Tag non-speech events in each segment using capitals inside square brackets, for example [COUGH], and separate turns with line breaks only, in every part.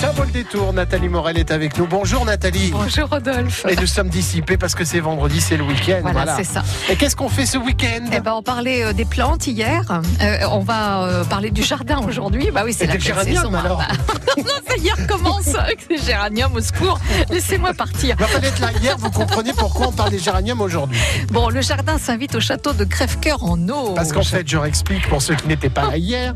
Ça vaut le détour. Nathalie Morel est avec nous. Bonjour Nathalie.
Bonjour Rodolphe.
Et nous sommes dissipés parce que c'est vendredi, c'est le week-end.
Voilà,
Voilà.
c'est ça.
Et qu'est-ce qu'on fait ce week-end
Eh ben, on parlait euh, des plantes hier. Euh, on va euh, parler du jardin aujourd'hui. Bah oui, c'est
Et
la
des
pleine
géraniums,
saison, hein.
alors.
Bah, [LAUGHS] non, ça y est, recommence avec les géraniums au secours. Laissez-moi partir.
Il va falloir être là hier, vous comprenez pourquoi on parle des géraniums aujourd'hui.
Bon, le jardin s'invite au château de Crèvecoeur en eau.
Parce qu'en fait, je réexplique pour ceux qui n'étaient pas là hier.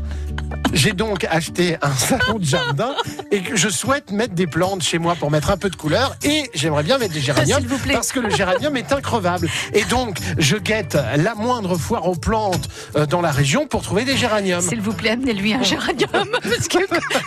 J'ai donc acheté un salon de jardin et que je souhaite mettre des plantes chez moi pour mettre un peu de couleur et j'aimerais bien
[LAUGHS]
mettre des géraniums
S'il vous plaît.
parce que le géranium est increvable. Et donc, je guette la moindre foire aux plantes euh, dans la région pour trouver des géraniums.
S'il vous plaît, amenez-lui
Oh.
un géranium [LAUGHS] parce que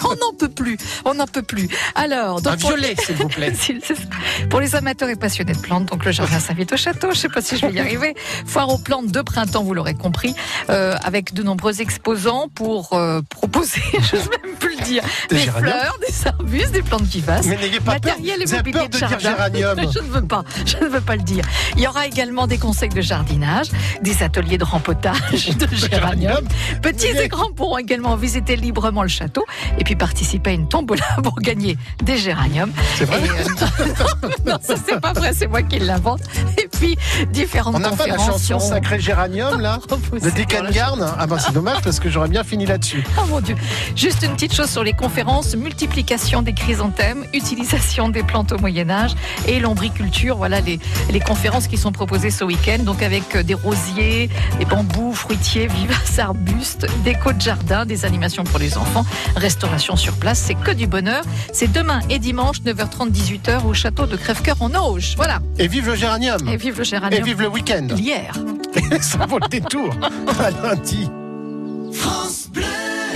on n'en peut plus, on n'en peut plus. Alors, donc
Un
pour-
violet, s'il vous plaît.
S'il- c'est ça. Pour les amateurs et passionnés de plantes, donc le jardin s'invite au château. Je ne sais pas si je vais y arriver. Foire aux plantes de printemps, vous l'aurez compris, euh, avec de nombreux exposants pour euh, proposer, [LAUGHS] je ne sais même plus le dire,
Des
des,
géraniums.
fleurs, des arbustes, des plantes vivaces.
Mais n'ayez pas peur.
matériel
Vous
et
avez
mobilier
peur
de
de dire
jardin. [LAUGHS]
géranium.
Je ne veux pas, je ne veux pas le dire. Il y aura également des conseils de jardinage, des ateliers de rempotage
[LAUGHS]
de géranium.
géranium.
Petits
Oui.
et grands pourront également visiter librement le château et puis participer à une tombola [LAUGHS] pour gagner des géraniums.
C'est vrai
Et, euh, [LAUGHS] non, ça c'est pas vrai, c'est moi qui l'invente. Et puis différentes
On n'a pas la
conférences
chanson
seront
Sacré Géranium, là
[LAUGHS] proposées.
De Decan Garn Ah ben c'est dommage parce que j'aurais bien fini là-dessus.
Oh mon Dieu. Juste une petite chose sur les conférences multiplication des chrysanthèmes, utilisation des plantes au Moyen Âge et l'ombriculture. Voilà les, les conférences qui sont proposées ce week-end. Donc avec euh, des rosiers, des bambous, fruitiers, vivaces, arbustes, déco de jardin, des animations pour les enfants, restauration sur place. C'est que du bonheur. C'est demain et dimanche 9h30 18h au château de Crèvecoeur en Auge. Voilà.
Et vive le Géranium
Et vive le
Et
géranium.
vive le week-end [LAUGHS]
Hier.
Ça vaut le détour À lundi
France Bleu.